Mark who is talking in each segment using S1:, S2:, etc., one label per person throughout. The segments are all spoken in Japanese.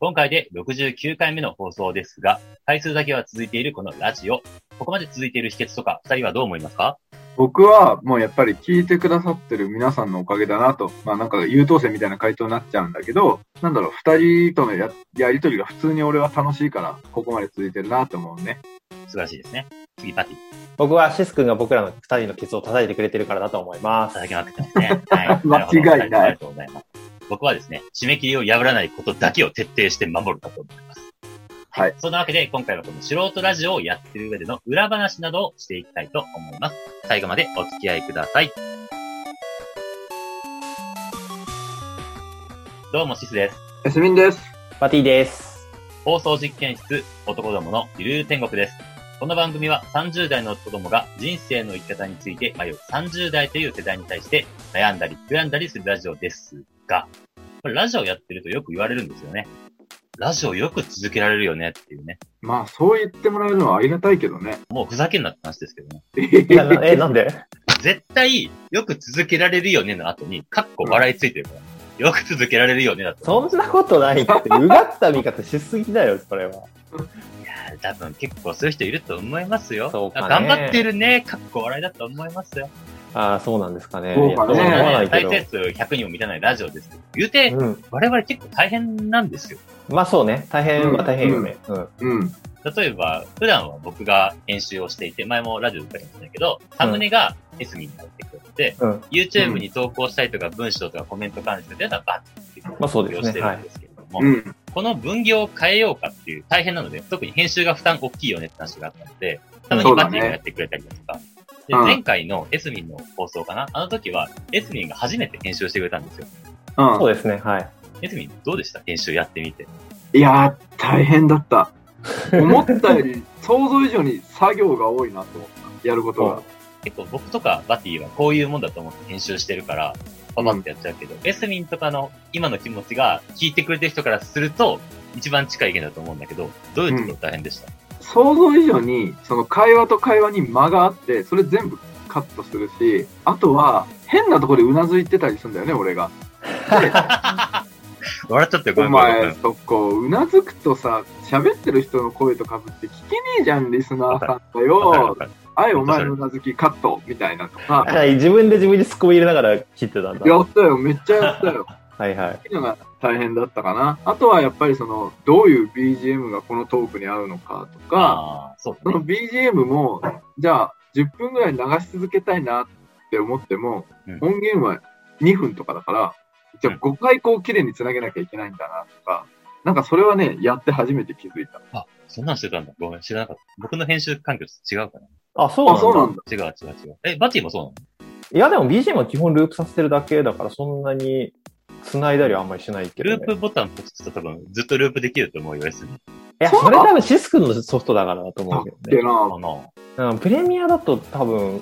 S1: 今回で69回目の放送ですが、回数だけは続いているこのラジオ。ここまで続いている秘訣とか、二人はどう思いますか
S2: 僕はもうやっぱり聞いてくださってる皆さんのおかげだなと、まあなんか優等生みたいな回答になっちゃうんだけど、なんだろう、二人とのややりとりが普通に俺は楽しいから、ここまで続いてるなと思うね。
S1: 素晴らしいですね。次、パティ。い
S3: 僕はシス君が僕らの二人のケツを叩いてくれてるからだと思いま
S1: ただ。
S3: す
S1: きまくってます ね。はい。
S2: 間違
S1: る
S2: いない
S1: ほどありがとうございます。僕はですね、締め切りを破らないことだけを徹底して守るかと思います。
S2: はい。
S1: そんなわけで、今回はこの素人ラジオをやってる上での裏話などをしていきたいと思います。最後までお付き合いください。どうも、シスです。
S2: やすみんです。
S3: マティです。
S1: 放送実験室男どものゆるゆる天国です。この番組は30代の男どもが人生の生き方について迷う30代という世代に対して悩んだり悔やんだりするラジオですが、これラジオやってるとよく言われるんですよね。ラジオよく続けられるよねっていうね。
S2: まあそう言ってもらえるのはありがたいけどね。
S1: もうふざけんなって話ですけどね。
S3: ななえ、なんで
S1: 絶対よく続けられるよねの後に、かっこ笑いついてるから。よく続けられるよねだと。
S3: そんなことないって、うがった見方しすぎだよ、それは。
S1: 多分結構そういう人いると思いますよ。
S3: そうかね
S1: 頑張ってるね。かっこ笑いだと思いますよ。
S3: ああ、そうなんですかね。
S2: そう
S3: いや
S2: か
S3: ど
S2: ね
S3: うも思わないけ
S1: 大
S3: ど。
S1: 定数100人も満たないラジオですけど。言うて、
S3: うん。
S1: 我々結構大変なんですよ。
S3: まあそうね。大変は大変よね。うん。
S2: うん。
S1: 例えば、普段は僕が編集をしていて、前もラジオで言ったかもしれないけど、サムネがエスミンになってくれて、
S3: うん。
S1: YouTube に投稿したりとか文章とかコメント関連というのはバッて
S3: まあそうですね
S1: してるんですけれども、
S2: うん。
S1: この分業を変えようかっていう大変なので、特に編集が負担大きいよねって話があったので、たま
S2: そ
S1: に
S2: うだ
S1: バッテ
S2: ね
S1: ィングやってくれたりだとか。で、
S2: うん
S1: 前回のエスミンの放送かなあの時は、エスミンが初めて編集してくれたんですよ。
S2: うん
S3: そうですね。はい。
S1: エスミンどうでした編集やってみて。
S2: いやー、大変だった。思ったより、想像以上に作業が多いなと思った。やることが。
S1: 結構僕とかバティはこういうもんだと思って編集してるから、パパってやっちゃうけど、エスミンとかの今の気持ちが聞いてくれてる人からすると、一番近い意見だと思うんだけど、どういうところ大変でした、
S2: 想像以上に、その会話と会話に間があって、それ全部カットするし、あとは、変なところでうなずいてたりするんだよね、俺が。
S1: 笑っちゃってご
S2: お
S1: めんごめんごめ
S2: 前
S1: ん。、
S2: そこ、うなずくとさ、喋ってる人の声とかぶって聞けねえじゃん、リスナーさんだ
S1: わかるわ
S2: よ。
S1: かる。
S2: あい、お前のうなずきカット、みたいなとか。
S3: はい、自分で自分にツッコミ入れながら聞いてたんだ。
S2: やったよ、めっちゃやったよ。
S3: はいはい。
S2: っていうのが大変だったかな。あとはやっぱりその、どういう BGM がこのトークに合うのかとか、
S1: ああ、そう
S2: そ
S1: だ
S2: の
S1: ね。
S2: BGM も、じゃあ10分ぐらい流し続けたいなって思っても、
S1: うん
S2: 音源は2分とかだから、じゃあ5回こう綺麗につなげなきゃいけないんだなとか、なんかそれはね、やって初めて気づいた。
S1: あ、そんなんしてたんだ。ごめん、知らなかった。僕の編集環境と違うかな。
S3: あ、そうなん
S2: あ、
S3: だ。
S2: そうなんだ。
S1: 違う違う違う。え、バティもそうなの
S3: いや、でも BGM は基本ループさせてるだけだから、そんなに繋いだりはあんまりしないけど、ね。
S1: ループボタンポチッと多分ずっとループできると思うよ、エスミン。
S3: いや、それ多分シス君のソフトだからだと思うけど
S2: で
S3: ね。
S2: な、
S1: あの、
S3: うん、プレミアだと多分、う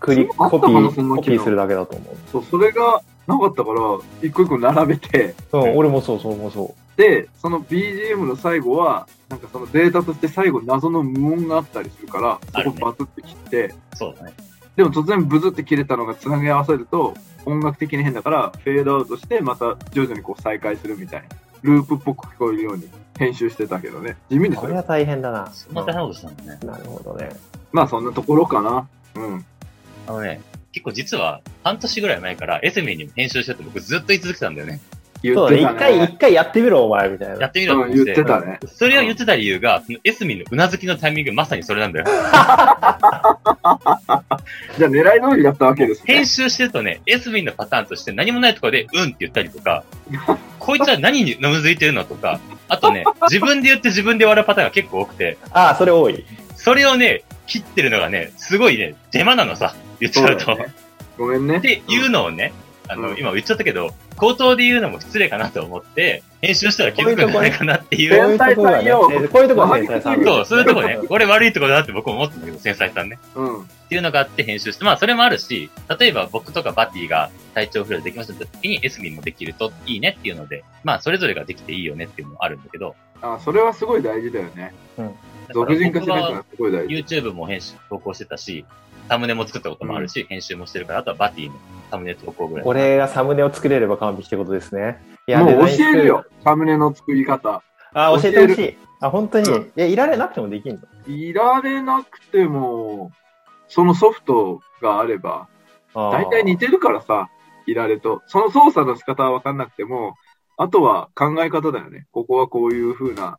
S3: クリ
S2: そうあった
S3: コピ
S2: かなそんな機能
S3: ー、コピーするだけだと思う。
S2: そうそれがなかったから、一個一個並べて、
S3: うん、俺もそう、そうもそ
S2: で、その BGM の最後は、なんかそのデータとして最後謎の無音があったりするから、
S1: ある
S2: そ
S1: ね
S2: こバツって切って、
S1: そうだね。
S2: でも突然ブズって切れたのがつなぎ合わせると音楽的に変だからフェードアウトしてまた徐々にこう再開するみたいなループっぽく聞こえるように編集してたけどね地味
S3: う。
S2: で
S3: こ
S2: す
S3: れ
S2: よ
S3: は大変だな。
S1: そんな大変なことしたんだね。
S3: なるほどね。
S2: まあそんなところかなうん
S1: あのね、結構実は半年ぐらい前からエスミンにも編集してて僕ずっと言い続けたんだよね。
S2: 言
S3: そう
S2: っ
S3: だ
S2: て
S3: ね。
S2: た
S3: 一回、
S2: ね
S3: 一回やってみろ、お前、みたい
S1: や
S3: な。
S1: ってみろ
S2: う
S1: っ
S2: ん
S1: て言
S2: 言っ
S1: って
S2: てたね
S1: それを言ってた理由が、そのエスミンのうなずきのタイミングまさにそれなんだよ。
S2: じゃあ狙い通りだったわけですね
S1: 編集してるとね、エスミンのパターンとして何もないところでうんって言ったりとか、こいつは何にうなずいてるのとか、あとね、自分で言って自分で笑うパターンが結構多くて、
S3: ああ、それ多い。
S1: それをね、切ってるのがね、すごいね、手間なのさ、言っち
S2: そう
S1: ゃう
S2: だ
S1: と。
S2: よねごめんね
S1: っていうのをね、あの、
S2: うん
S1: 今言っちゃったけど、口頭で言うのも失礼かなと思って、編集したら気づくんじゃないかなってい
S2: こう
S1: う。
S2: いうとこ
S3: こう
S2: は
S3: いう
S2: ね
S3: とこはね、こういうとこは繊細さんだ。
S1: そう、そういうとこね。俺悪いとこだなって僕も思ってたんだけど、繊細さんね。
S2: うんうん
S1: っていうのがあって編集して、まあそれもあるし、例えば僕とかバティが体調不良でできましたって時にエスミンもできるといいねっていうので、まあそれぞれができていいよねっていうのもあるんだけど、
S2: あそれはすごい大事だよね
S1: だから
S2: 俗人化し
S1: 僕
S2: ないっての
S1: は
S2: はすごい大事
S1: YouTube も編集、投稿してたし、サムネも作ったこともあるし、編集もしてるから、あとはバティのサムネ投稿ぐらい。
S3: 俺がサムネを作れれば完璧ってことですね。い
S2: も
S3: デザ
S2: う
S3: イ
S2: 教え
S3: ン作
S2: るよ。サムネの作り方。
S3: あ、教えてほしい。あ、本当に
S2: う。
S3: いや、いられなくてもできんの。
S2: いられなくても、そのソフトがあれば、
S3: あー
S2: 大体似てるからさ、いられと。その操作の仕方は分かんなくても、あとは考え方だよね。ここはこういう風な。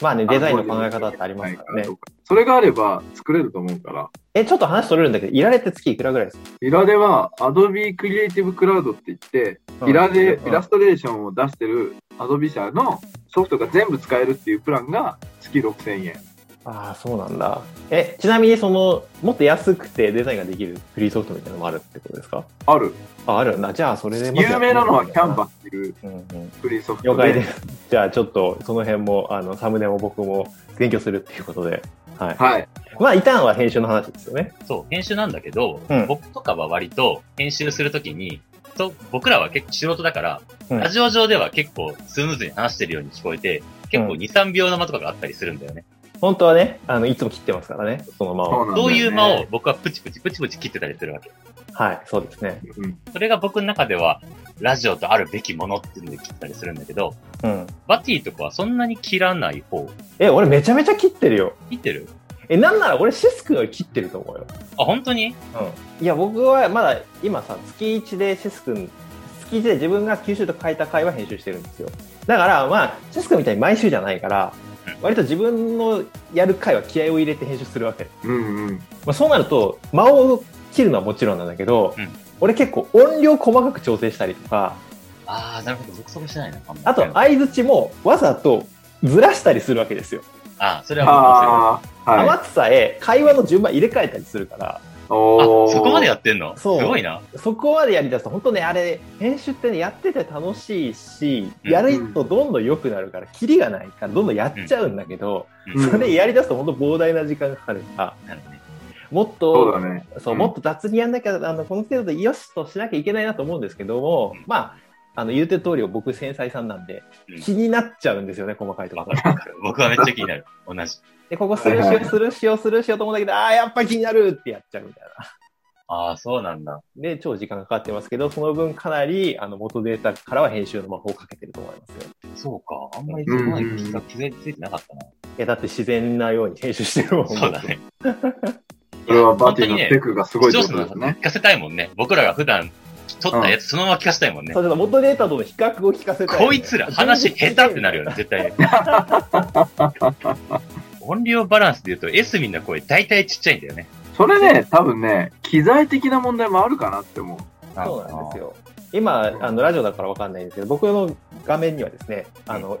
S3: まあね、デザインの考え方ってありますからね。
S2: それがあれば作れると思うから。
S3: え、ちょっと話取れるんだけど、いられって月いくらぐらいです
S2: イラデは Adobe Creative Cloud って言って、
S3: か
S2: イラデ、
S3: うん
S2: イラストレーションを出してる Adobe 社のソフトが全部使えるっていうプランが月6000円。
S3: ああ、そうなんだ。え、ちなみにその、もっと安くてデザインができるフリーソフトみたいなのもあるってことですか
S2: ある。
S3: あ、あるな。じゃあ、それでまずや
S2: 有
S3: って
S2: 名
S3: みよ
S2: な
S3: う
S2: のはキャンバ。っていう
S3: うんうん。
S2: フリーソフト
S3: 了解です。じゃあ、ちょっと、その辺も、あの、サムネも僕も勉強するっていうことで。はい。
S2: はい。
S3: まあ、一旦は編集の話ですよね。
S1: そう、編集なんだけど、
S3: うん
S1: 僕とかは割と編集するときに、そう僕らは結構素人だから、
S3: うん
S1: ラジオ上では結構スムーズに話してるように聞こえて、結構
S3: うん
S1: 2、3秒の間とかがあったりするんだよね。
S3: 本当はね、あの、いつも切ってますからね、そのま
S2: そう
S3: ま。
S2: なんだよね
S1: そういう間を、僕はプチプチプチプチ切ってたりするわけ。
S3: はい、そうですね。
S2: うん
S1: それが僕の中では、ラジオとあるべきものっていうので切ったりするんだけど、
S3: うん。
S1: バティとかはそんなに切らない方。
S3: え、俺めちゃめちゃ切ってるよ。
S1: 切ってる
S3: え、なんなら俺シス君より切ってると思うよ。
S1: あ、本当に
S3: うん。いや、僕はまだ今さ、月1でシス君、月1で自分が吸収と変えた回は編集してるんですよ。だから、まあ、シス君みたいに毎週じゃないから、割と自分のやる回は気合を入れて編集するわけ。
S2: うんうん。
S3: まあ、そうなると、間を切るのはもちろんなんだけど、
S1: うん
S3: 俺結構音量細かく調整したりとか、
S1: あー、なるほど。僕そこしてないな。んまり
S3: あと、相づちもわざとずらしたりするわけですよ。
S1: あ、それは
S2: ああ、はい。
S3: 余ってさえ会話の順番入れ替えたりするから、
S1: 僕も
S2: お
S1: そうあ、そこまでや
S2: っ
S1: ってんのす
S3: そう
S1: ごいな。
S3: そこまでやりだすと、本当ね、あれ、編集ってね、やってて楽しいし、やるとどんどん良くなるから、キリがないから、どんどんやっちゃうんだけど、
S1: うん
S3: それやりだすと本当膨大な時間がかかるか
S1: な
S3: ら、
S1: るほどね
S3: もっ
S2: そうだ
S3: と、
S2: ね。
S3: そう、
S2: うん
S3: もっと雑にやんなきゃ、あの、この程度でよしとしなきゃいけないなと思うんですけども
S1: うん、
S3: まあ、あの、言うてる通り、僕、繊細さんなんで
S1: うん、
S3: 気になっちゃうんですよね、細かいと
S1: わ
S3: こ
S1: か
S3: ろ
S1: る。わかる。 僕はめっちゃ気になる。同じ。
S3: で、ここ、するしよう、するしよう、するしようと思うんだけど、ああ、やっぱ気になるってやっちゃうみたいな。
S1: ああ、そうなんだ。
S3: で、超時間かかってますけど、その分かなり、あの、元データからは編集の魔法をかけてると思いますよ。
S1: そうか。あんまりそこまで気が気がついてなかったな。
S3: いや、だって自然なように編集してるもん。
S1: そうだね。
S2: これはバティのテクがすごいってことですね。
S1: 聞かせたいもんね。僕らが普段撮ったやつそのまま聞かせたいもんね
S3: そう。ちょっと元データとの比較を聞かせたい、
S1: こいつら話下手ってなるよね、絶対に。音量バランスで言うと、エスミンの声大体ちっちゃいんだよね。
S2: それね、多分ね、機材的な問題もあるかなって思う。
S3: そうなんですよ。今、あの、ラジオだからわかんないんですけど、僕の画面にはですね、あの、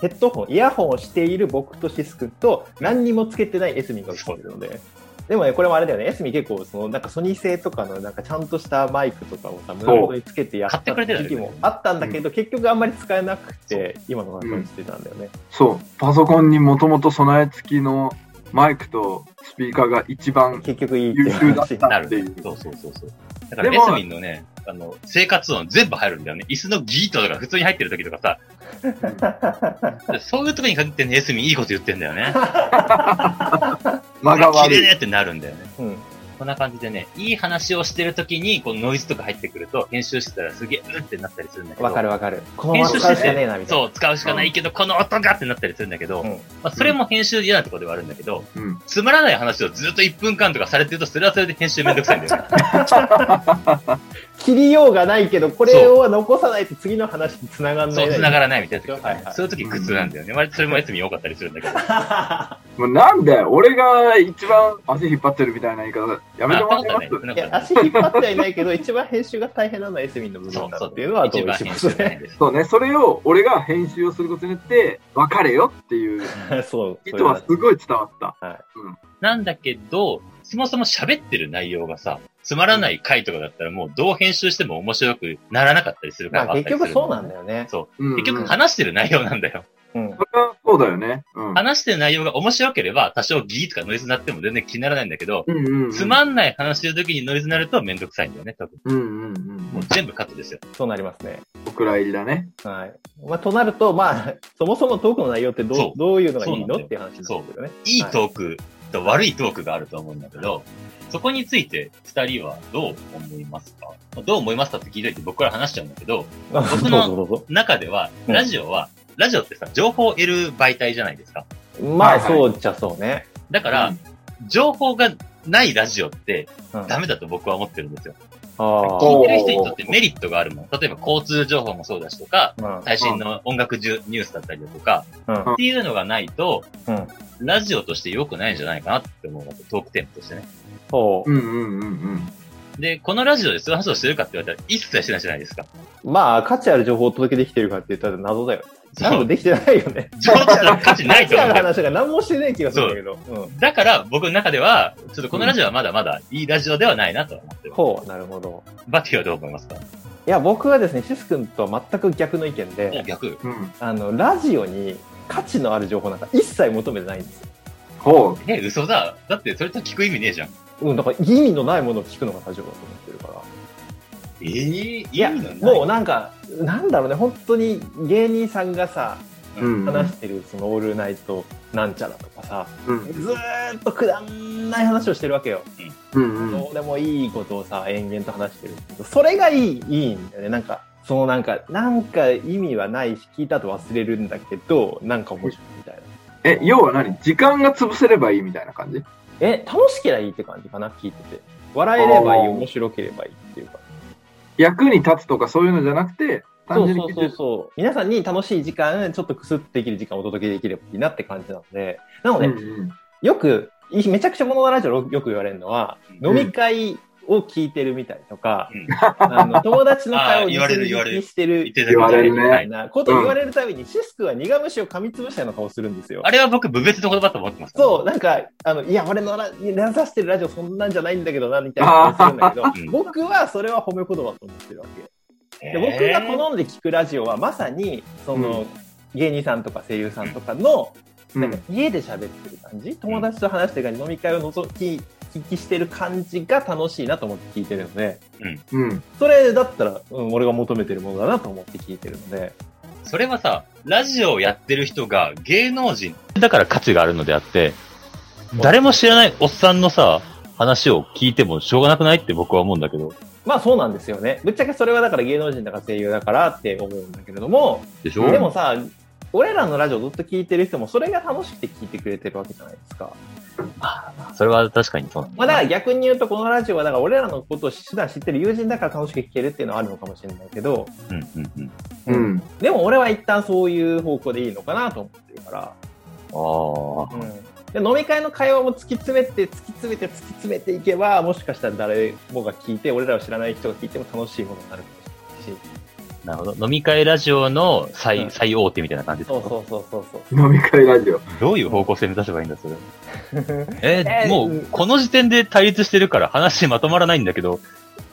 S3: ヘッドホン、イヤホンをしている僕とシス君と、何にもつけてないエスミンが映ってるので。でもね、これもあれだよね。エスミン結構、その、なんかソニー製とかの、なんかちゃんとしたマイクとかをさ、無駄につけてやった時期もあったんだけど、結局あんまり使えなくて、今の中にしてたんだよね。
S2: そう、パソコンにもともと備え付きのマイクとスピーカーが一番
S3: 結局いいっ
S2: 優
S3: て
S2: 秀だっ
S3: 話。
S2: た
S1: な
S2: ってい
S1: る
S2: う。
S1: そうそうそうそう。だから
S2: で
S1: エ
S2: も
S1: スミンのね、あの、生活音全部入るんだよね。椅子のギートとか普通に入ってる時とかさ、そういう時に限ってね、エスミンいいこと言ってんだよね。
S2: 間が
S1: 綺
S2: 悪
S1: 麗
S2: い。
S1: ねってなるんだよね。
S3: うん
S1: こんな感じでね、いい話をしてる時に、こうノイズとか入ってくると、編集してたらすげえ、うんってなったりするんだけど。
S3: わかるわかる。このまま使うしかねえな、みたいな。
S1: そう、使うしかないけど、この音がってなったりするんだけど、
S3: うん
S1: まあ、それも編集嫌なところではあるんだけど、
S2: うん。
S1: つまらない話をずっと1分間とかされてると、それはそれで編集めんどくさいんだよね。
S3: 切りようがないけど、これを残さないと次の話に繋がんな
S1: そ、
S3: いうね。
S1: 繋がらないみたいな時とか、
S3: はいはい
S1: そういう時苦痛なんだよね。割とそれも休み多かったりするんだけど。
S2: もうなんで、俺が一番足引っ張ってるみたいな言い方、やめてもら
S1: あ、
S2: え
S1: そうだ
S2: ます
S1: ね。そんないこ
S3: や
S1: と、ない
S3: 足引っ張ってはいないけど、一番編集が大変なのはエスミンの部
S1: そ
S3: 分
S1: う
S3: だ
S1: そ
S3: っていうのは同
S1: 一
S3: 意
S1: 番
S3: しま
S1: 編
S3: す
S1: 集じゃない
S3: ね。
S1: です。
S2: そうね、それを俺が編集をすることによって、別れよっていう
S3: そう。
S2: 意図はすごい伝わった。
S1: なんだけど、そもそも喋ってる内容がさ、つまらない回とかだったらもうどう編集しても面白くならなかったりするか
S3: ま
S1: ら。
S3: あ結局そうなんだ
S1: よ。
S3: よね。
S2: うんうん
S1: 結局話してる内容なんだよ。
S3: うん。
S2: それはそうだよね。うん。
S1: 話してる内容が面白ければ、多少ギーとかノイズになっても全然気にならないんだけど、
S2: うんうんうん
S1: つまんない話の時にノイズになるとめんどくさいんだよね、多分。
S2: うんうんうん
S1: もう全部カットですよ。
S3: そうなりますね。
S2: お蔵入りだね。
S3: はい。まあ、 となると、まあ、そもそもトークの内容って
S1: そ
S3: ど
S1: う
S3: う、どういうのがいい
S1: そうなんだ
S3: の
S1: よ
S3: っていう話になってくるよね。
S1: いいトークと悪いトークがあると思うんだけど、そこについて二人はどう思いますかどう思いますかって聞いといて僕から話しちゃうんだけど、僕の
S3: どうぞどうぞ。
S1: 中では、
S3: うん
S1: ラジオは、ラジオってさ、情報を得る媒体じゃないですか。
S3: ま
S2: は
S3: あ、
S2: いはい
S3: そうっちゃそうね。
S1: だから、
S2: うん
S1: 情報がないラジオって
S3: うん
S1: ダメだと僕は思ってるんですよ。
S3: あ
S1: 聞い
S2: こ
S1: てる人にとってメリットがあるもん。例えば交通情報もそうだしとか、
S3: あ。
S1: 最新の音楽じゅニュースだったりだとか、
S3: うん。うん
S1: っていうのがないと、
S3: うん。
S1: ラジオとして良くないんじゃないかなって思うわけ、トークテーマとしてね。
S3: そ
S2: う。
S3: う
S2: んうんうんうん。
S1: で、このラジオでそういう話をしてるかって言われたら一切してないじゃないですか。
S3: まあ、価値ある情報をお届けできてるかって言ったら謎だよ。ちゃん
S1: そ
S3: と
S1: う。
S3: できてないよね。
S1: 情報としては価値ないと
S3: 価値
S1: 思うんだ
S3: ある
S1: よ。
S3: 話が何もしてない気がするんだけど。うん。
S1: だから僕の中では、ちょっとこのラジオはまだまだいいラジオではないなとは思ってる。
S3: ほう、なるほど。
S1: バティはどう思いますか
S3: いや、僕はですね、シス君とは全く逆の意見
S1: お
S3: で、
S1: 逆。
S2: うん。
S3: あの、ラジオに価値のある情報なんか一切求めてないんですよ。
S2: ほ
S1: え、嘘だ。だってそれと聞く意味ねえじゃん。
S3: うん、だから意味のないものを聞くのがラジオだと思ってるから。
S1: ええ
S3: いや、もうなんか、なんだろうね、本当に芸人さんがさ、
S2: う。うん。
S3: 話してる、そのオールナイトなんちゃらとかさ、
S2: うん
S3: ずーっとくだんない話をしてるわけよ。
S2: うんうん。
S3: どうでもいいことをさ、延々と話してるんだけど。それがいい、いいんだよね。なんか、そのなんか、なんか意味はないし、聞いたと忘れるんだけど、なんか面白いみたいな。
S2: え、要は何時間が潰せればいいみたいな感じ
S3: え、楽しければいいって感じかな、聞いてて。笑えればいい、面白ければいいっていうか。
S2: 役に立つとかそういうのじゃなくて、
S3: そ
S2: 単
S3: う
S2: 純に
S3: そ
S2: 聞
S3: う
S2: い
S3: そう
S2: て
S3: そう。皆さんに楽しい時間、ちょっとくすってできる時間をお届けできればいいなって感じなので。なので、
S2: うん
S3: よく、いめちゃくちゃモノラジオよく言われるのは、
S1: うん
S3: 飲み会を聞いてるみたいとか、
S1: うん
S3: あの友達の会 を
S1: あー言われる
S3: 実
S1: 言われる
S3: にしてる
S1: 言ってた
S2: 言われる
S3: み
S2: ね
S3: たいなことを言われるたびに、シスクは苦虫を噛みつぶしたような顔するんですよ。
S1: あれは僕、無別の言葉と思ってます。
S3: そう、なんか、あの、いや、俺のラ、目指してるラジオそんなんじゃないんだけどな、みたいな顔するんだけど、
S1: ーうん
S3: 僕はそれは褒め言葉と思ってるわけ。
S1: へ
S3: で
S1: え
S3: 僕が好んで聞くラジオはまさにその、
S2: うん
S3: 芸人さんとか声優さんとかの、
S2: うん。う
S3: なん
S2: ん
S3: か家で喋ってる感じ友達と話してる感じ飲み会をのぞき聞きしてる感じが楽しいなと思って聞いてるので
S2: うん。
S3: それだったら、うん、俺が求めてるものだなと思って聞いてるので
S1: それはさ、ラジオをやってる人が芸能人だから価値があるのであって、誰も知らないおっさんのさ、話を聞いてもしょうがなくないって僕は思うんだけど。
S3: まあそうなんですよねぶっちゃけそれはだから芸能人だから声優だからって思うんだけれども
S1: でし
S2: うん
S3: でもさ俺らのラジオずっと聞いてる人もそれが楽しくて聞いてくれてるわけじゃないですか。
S1: それは確かにそうなん
S3: まあ、
S1: だ
S3: だ
S1: な
S3: から逆に言うと、このラジオは、だから俺らのことを普段知ってる友人だから楽しく聞けるっていうのはあるのかもしれないけど、
S1: うんうんうん。
S2: うん。
S3: でも俺は一旦そういう方向でいいのかなと思ってるから、
S1: ああ。
S3: で飲み会の会話も突き詰めて、突き詰めて、突き詰めていけば、もしかしたら誰もが聞いて、俺らを知らない人が聞いても楽しいものになるかもしれないし、
S1: なるほど。飲み会ラジオの
S3: う
S1: 最、
S3: ん
S1: 最大手みたいな感じ
S3: そうそうそうそうそう。
S2: 飲み会ラジオ。
S1: どういう方向性目指せばいいんだ、そ れ。え
S3: えー
S1: も
S3: う、
S1: うんこの時点で対立してるから話まとまらないんだけど、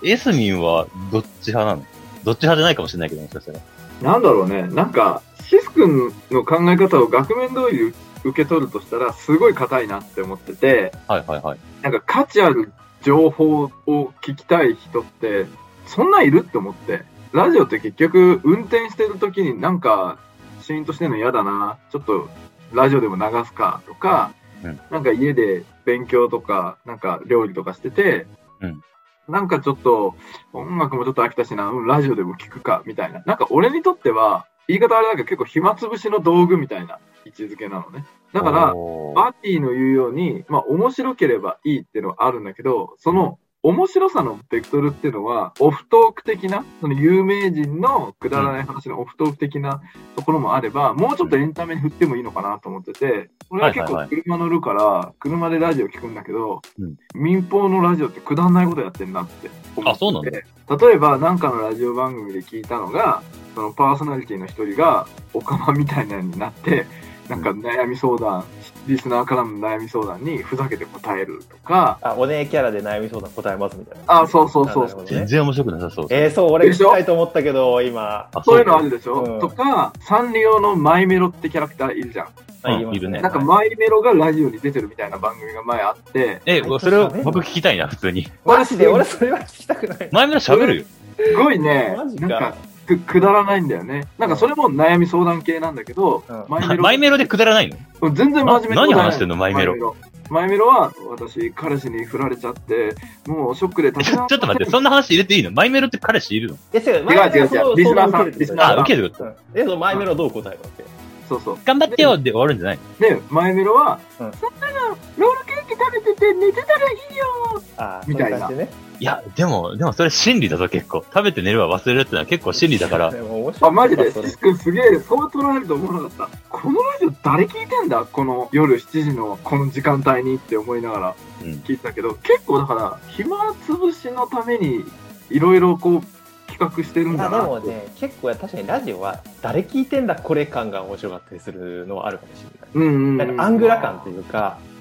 S1: エスミンはどっち派なのどっち派じゃないかもしれないけど、もしかしたら。
S2: なんだろうね。なんか、シス君の考え方を額面通りに受け取るとしたら、すごい硬いなって思ってて、
S1: はいはいはい。
S2: なんか価値ある情報を聞きたい人って、そんないるって思って。ラジオって結局、運転してる時になんか、シーンとしてるの嫌だな。ちょっと、ラジオでも流すかとか、
S1: うん
S2: なんか家で勉強とか、なんか料理とかしてて、
S1: うん
S2: なんかちょっと、音楽もちょっと飽きたしな、うん、ラジオでも聞くか、みたいな。なんか俺にとっては、言い方あれだけど結構暇つぶしの道具みたいな位置づけなのね。だから、
S1: おー
S2: バーティの言うように、まあ、面白ければいいっていうのはあるんだけど、その、面白さのベクトルっていうのは、オフトーク的な、その有名人のくだらない話のオフトーク的なところもあれば、もうちょっとエンタメに振ってもいいのかなと思ってて、俺は結
S1: はいはいは
S2: 構
S1: い
S2: 車乗るから、車でラジオ聞くんだけど
S1: うん、
S2: 民放のラジオってくだらないことやってんなって思
S1: あ
S2: ってて。
S1: そうなんだ
S2: 例えば、なんかのラジオ番組で聞いたのが、そのパーソナリティの一人が、オカマみたいなのになって、なんか悩み相談、リスナーからの悩み相談にふざけて答えるとか、
S3: あ、お姉キャラで悩み相談答えますみたいな。
S2: あそうそうそう
S3: あなるほど
S1: 全
S3: ね
S1: 然面白くなさそう。
S3: えー、そう、俺
S2: で
S3: 聞き
S2: しょ
S3: たいと思ったけど、今。
S1: あ
S2: そういうのあ
S1: か
S2: るでしょ、
S3: うん
S2: とか、サンリオのマイメロってキャラクターいるじゃん。
S3: あ
S1: うんいるね
S2: なんかマイメロがラジオに出てるみたいな番組が前あって、
S1: え、
S3: はい
S1: それを
S3: そうだね
S1: 僕聞きたいな、普通に。
S3: マジで俺それは聞きたくない。
S1: 前村喋るよ。
S2: すごいね
S3: マジ、
S2: なんか
S3: か。
S2: くくだらないんだよね。なんかそれも悩み相談系なんだけど、
S3: うん
S2: マイメロ
S1: マイメロでくだらないの
S2: 全然真面目
S1: な何話してんのマイメロ
S2: ロ前メロは、私、彼氏に振られちゃって、もうショックで立
S1: ちょっと待って、そんな話入れていいのマイメロって彼氏いるの
S3: え、違う、
S2: 違う
S3: 前メロその
S2: リスナーさん
S3: 相談受けるってこと
S2: リスナーさん
S1: あ、受けるってこ
S3: うんえ、その前メロどう答えるわけ
S2: そうそう。
S1: と頑張ってよで終わるんじゃないの
S2: で、前メロは、
S3: うん
S2: そんなの、ロールケーキ食べてて寝てたらいいよ
S3: ああ、
S2: みたいな
S3: そうう感じね。
S1: いや、でも、でもそれ真理だぞ、結構。食べて寝れば忘れるってのは結構真理だから。
S3: でも面白い
S2: あ、マジで、
S3: そ
S2: シ
S3: れ
S2: ス君すげえ、そう捉えると思わなかった。このラジオ誰聞いてんだこの夜7時のこの時間帯にって思いながら
S1: うん
S2: 聞いてたけど、結構だから、暇つぶしのために、いろいろこう、企画してるんだ
S3: あで
S2: な
S3: も
S2: って。
S3: ね、結構確かにラジオは誰聞いてんだこれ感が面白かったりするのはあるかもし
S2: うんうん
S3: れ
S2: う
S3: ない。なん
S2: ん。
S3: かアングラ感というか、
S2: うん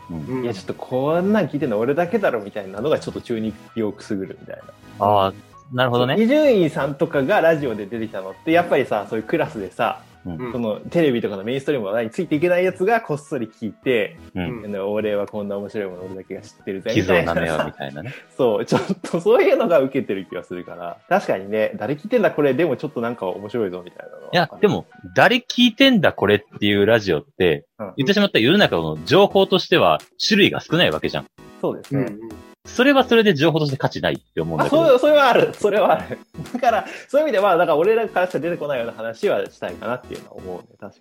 S3: いやちょっとこんなん聞いてんの俺だけだろみたいなのがちょっと中二病をくすぐるみたいな。
S1: ああ、なるほどね。
S3: 伊集院さんとかがラジオで出てきたのってやっぱりさそういうクラスでさ、
S1: うん
S3: そのテレビとかのメインストリームの話題についていけないやつがこっそり聞いて、
S1: う
S2: うん
S1: ん。
S3: 俺はこんな面白いもの俺だけが知ってるぜ
S1: 寄
S3: み
S1: 贈
S3: たい
S1: な
S3: な
S1: めようみ
S3: さ
S1: たいなね。
S3: そうちょっとそういうのが受けてる気がするから確かにね誰聞いてんだこれでもちょっとなんか面白いぞみたいなの
S1: いや、でも、誰聞いてんだこれっていうラジオって
S3: うん、
S1: 言ってしまったら世の中の情報としては種類が少ないわけじゃん。
S3: そうです
S2: う
S3: ね、
S2: んうん
S1: それはそれで情報として価値ないって思うん
S3: あ
S1: だけど。
S3: そうそれはあるそれはあるだからそういう意味ではだから俺らからしか出てこないような話はしたいかなっていうのは思うね確か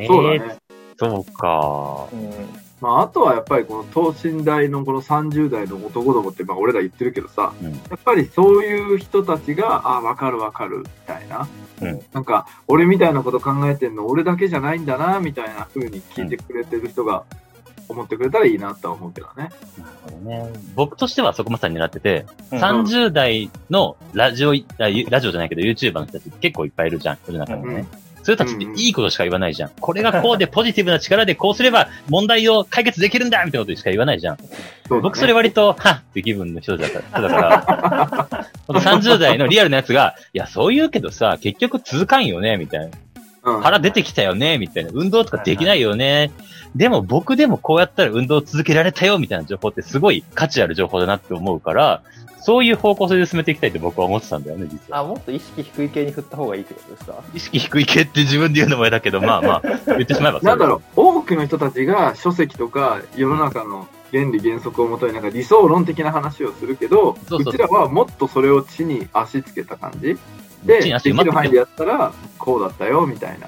S1: えー
S2: そうだね。
S1: そうか。
S3: に、
S2: まあ、あとはやっぱりこの等身大のこの30代の男どもって、まあ、俺ら言ってるけどさ、
S1: うん
S2: やっぱりそういう人たちが、ああ、わかるわかる、みたいな。
S1: うん
S2: なんか、俺みたいなこと考えてんの、俺だけじゃないんだな、みたいな風に聞いてくれてる人が思ってくれたらいいなとは思うけどね。
S1: なるほどね。僕としてはそこまさに狙ってて、
S3: うん
S1: 30代のラジオ、あラジオじゃないけど YouTuber の人たち結構いっぱいいるじゃん、世の中に
S2: う
S1: も
S2: ん
S1: ね。そういう人たちっていいことしか言わないじゃん。これがこうでポジティブな力でこうすれば問題を解決できるんだみたいなことしか言わないじゃん。
S2: そうだね
S1: 僕それ割と、はっって気分の人だから、だから、ほんと30代のリアルなやつが、いや、そう言うけどさ、結局続かんよね、みたいな。
S2: うん
S1: 腹出てきたよね、みたいな。運動とかできないよね。でも僕でもこうやったら運動を続けられたよ、みたいな情報ってすごい価値ある情報だなって思うから、そういう方向性で進めていきたいって僕は思ってたんだよね、実は。
S3: あもっと意識低い系に振った方がいいってことですか
S1: 意識低い系って自分で言うのもあれだけど、まあまあ、言ってしまえばそう
S2: なんだろう、多くの人たちが書籍とか世の中の原理原則をもとになんか理想論的な話をするけど、
S1: そうそう
S2: ちらはもっとそれを地に足つけた感じで、
S1: 地に
S2: で
S1: 足
S2: き
S1: 埋まって
S2: る
S1: て
S2: 範囲でやったらこうだったよみたいな。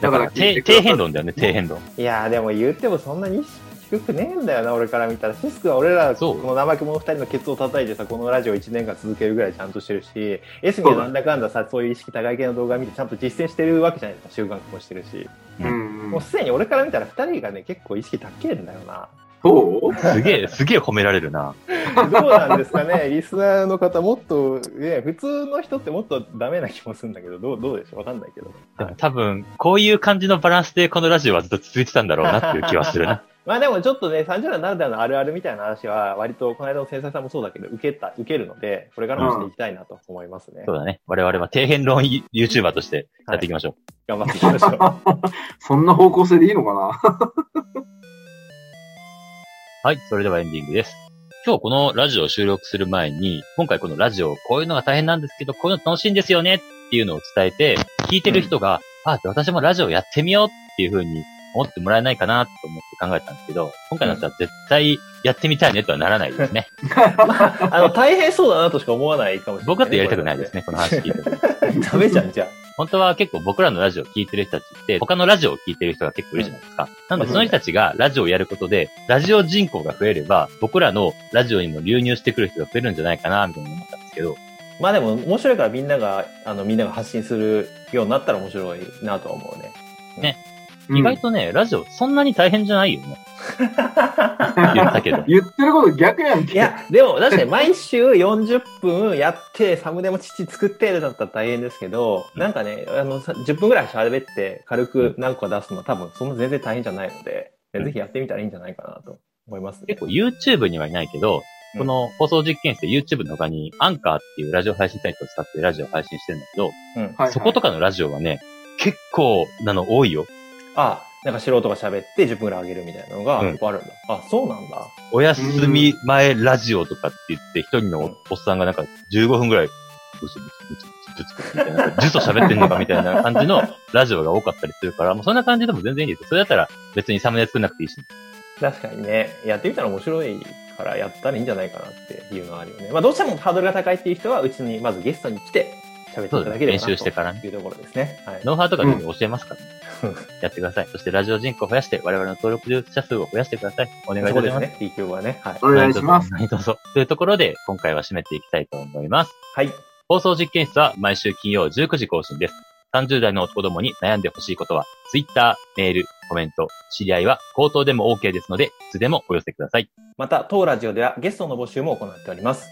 S1: だ
S2: だ
S1: か、
S2: からら聞
S1: 底
S2: いてくだ
S1: 底
S2: さい
S1: 辺論だよね、底辺論。
S3: いやーでも言ってもそんなに意識低くねえんだよな俺から見たらシスクは俺ら
S1: そ
S3: こ
S1: う
S3: の怠け者2人のケツを叩いてさこのラジオ1年間続けるぐらいちゃんとしてるしエスミはなんだかんださそういう意識高い系の動画見てちゃんと実践してるわけじゃないですか習慣化もしてるし、
S1: うん
S2: うん
S3: もうすでに俺から見たら2人がね結構意識高えんだよな
S2: そう
S1: すげえ、 すげえ褒められるな。
S3: どうなんですか ねリスナーの方もっと、ね、普通の人ってもっとダメな気もするんだけどどうどうでしょうわかんないけど
S1: でも多分、こういう感じのバランスでこのラジオはずっと続いてたんだろうなっていう気はする な。
S3: まあでもちょっとね、30代ならではのあるあるみたいな話は、割とこの間の制裁さんもそうだけど、受けた、受けるので、これからもしていきたいなと思いますね。
S1: そうだね。我々は底辺論 YouTuber としてやっていきましょう。
S3: 頑張っていきまし ょう。は
S2: そんな方向性でいいのかな
S1: はい、それではエンディングです。今日このラジオを収録する前に、今回このラジオ、こういうのが大変なんですけど、こういうの楽しいんですよねっていうのを伝えて、聞いてる人が、あ、私もラジオやってみようっていう風に思ってもらえないかなと思って考えたんですけど、今回のやつは絶対やってみたいねとはならないですね。
S3: いあの、大変そうだなとしか思わないかもしれない、
S1: 僕だってやりたくないですね、この話聞いてて。
S3: ね。ダメじゃん、じゃあ。
S1: 本当は結構僕らのラジオを聞いてる人たちって、他のラジオを聞いてる人が結構いるじゃないですか。なのでその人たちがラジオをやることで、ラジオ人口が増えれば、僕らのラジオにも流入してくる人が増えるんじゃないかな、みたいな思ったんですけど、
S3: まあでも、面白いからみんなが、あの、みんなが発信するようになったら面白いなとは思うね。
S1: 意外とね、ラジオそんなに大変じゃないよ ね。言ったけど。
S2: 言ってること逆やん
S3: い
S2: け。
S3: や、でも確かに毎週40分やって、サムネも父作ってだったら大変ですけど、なんかね、あの、さ10分ぐらい喋って軽く何個出すのは多分そんな全然大変じゃないので、
S1: うん
S3: ぜひやってみたらいいんじゃないかなと思います、ね
S1: 結構 YouTube にはいないけど、
S3: うん
S1: この放送実験室で YouTube の他に、アンカーっていうラジオ配信サイトを使ってラジオ配信してるんだけど、
S3: うん。
S2: はいはい
S1: そことかのラジオはね、結構なの多いよ。
S3: あ、なんか素人が喋って10分ぐらい上げるみたいなのが
S1: うん
S3: 結構あるんだ。あ、そうなんだ。
S1: おやすみ前ラジオとかって言って、一人のおおっさんがなんか15分ぐらい、ブツブツブツブツブツみたいな、なんかジュソ喋ってんのかみたいな感じのラジオが多かったりするから、もうそんな感じでも全然いいです。それだったら別にサムネ作んなくていいし、
S3: 確かにね、やってみたら面白いからやったらいいんじゃないかなっていうのはあるよね。まあ、どうしてもハードルが高いっていう人は、うちにまずゲストに来て、喋っていただければな
S1: そうですね練習してからね
S3: というところですね。はい。
S1: ノウハウとか全部教えますから、ねやってくだ さい。そしてラジオ人口を増やして、我々の登録者数を増やしてください。お願いいた
S3: そ
S1: しま
S3: こ
S1: す。
S3: ですね、TQ はね。はい。
S2: お願いします。
S1: 何卒。というところで、今回は締めていきたいと思います。
S3: はい。
S1: 放送実験室は毎週金曜19時更新です。30代の男どもに悩んでほしいことは、Twitter、メール、コメント、知り合いは口頭でも OK ですので、いつでもお寄せください。
S3: また、当ラジオではゲストの募集も行っております。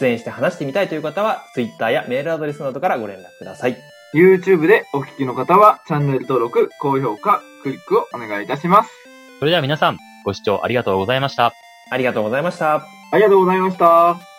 S3: 出演して話してみたいという方は、Twitter やメールアドレスなどからご連絡ください。
S2: YouTube でお聞きの方は、チャンネル登録、高評価、クリックをお願いいたします。
S1: それでは皆さん、ご視聴ありがとうございました。
S3: ありがとうございました。
S2: ありがとうございました。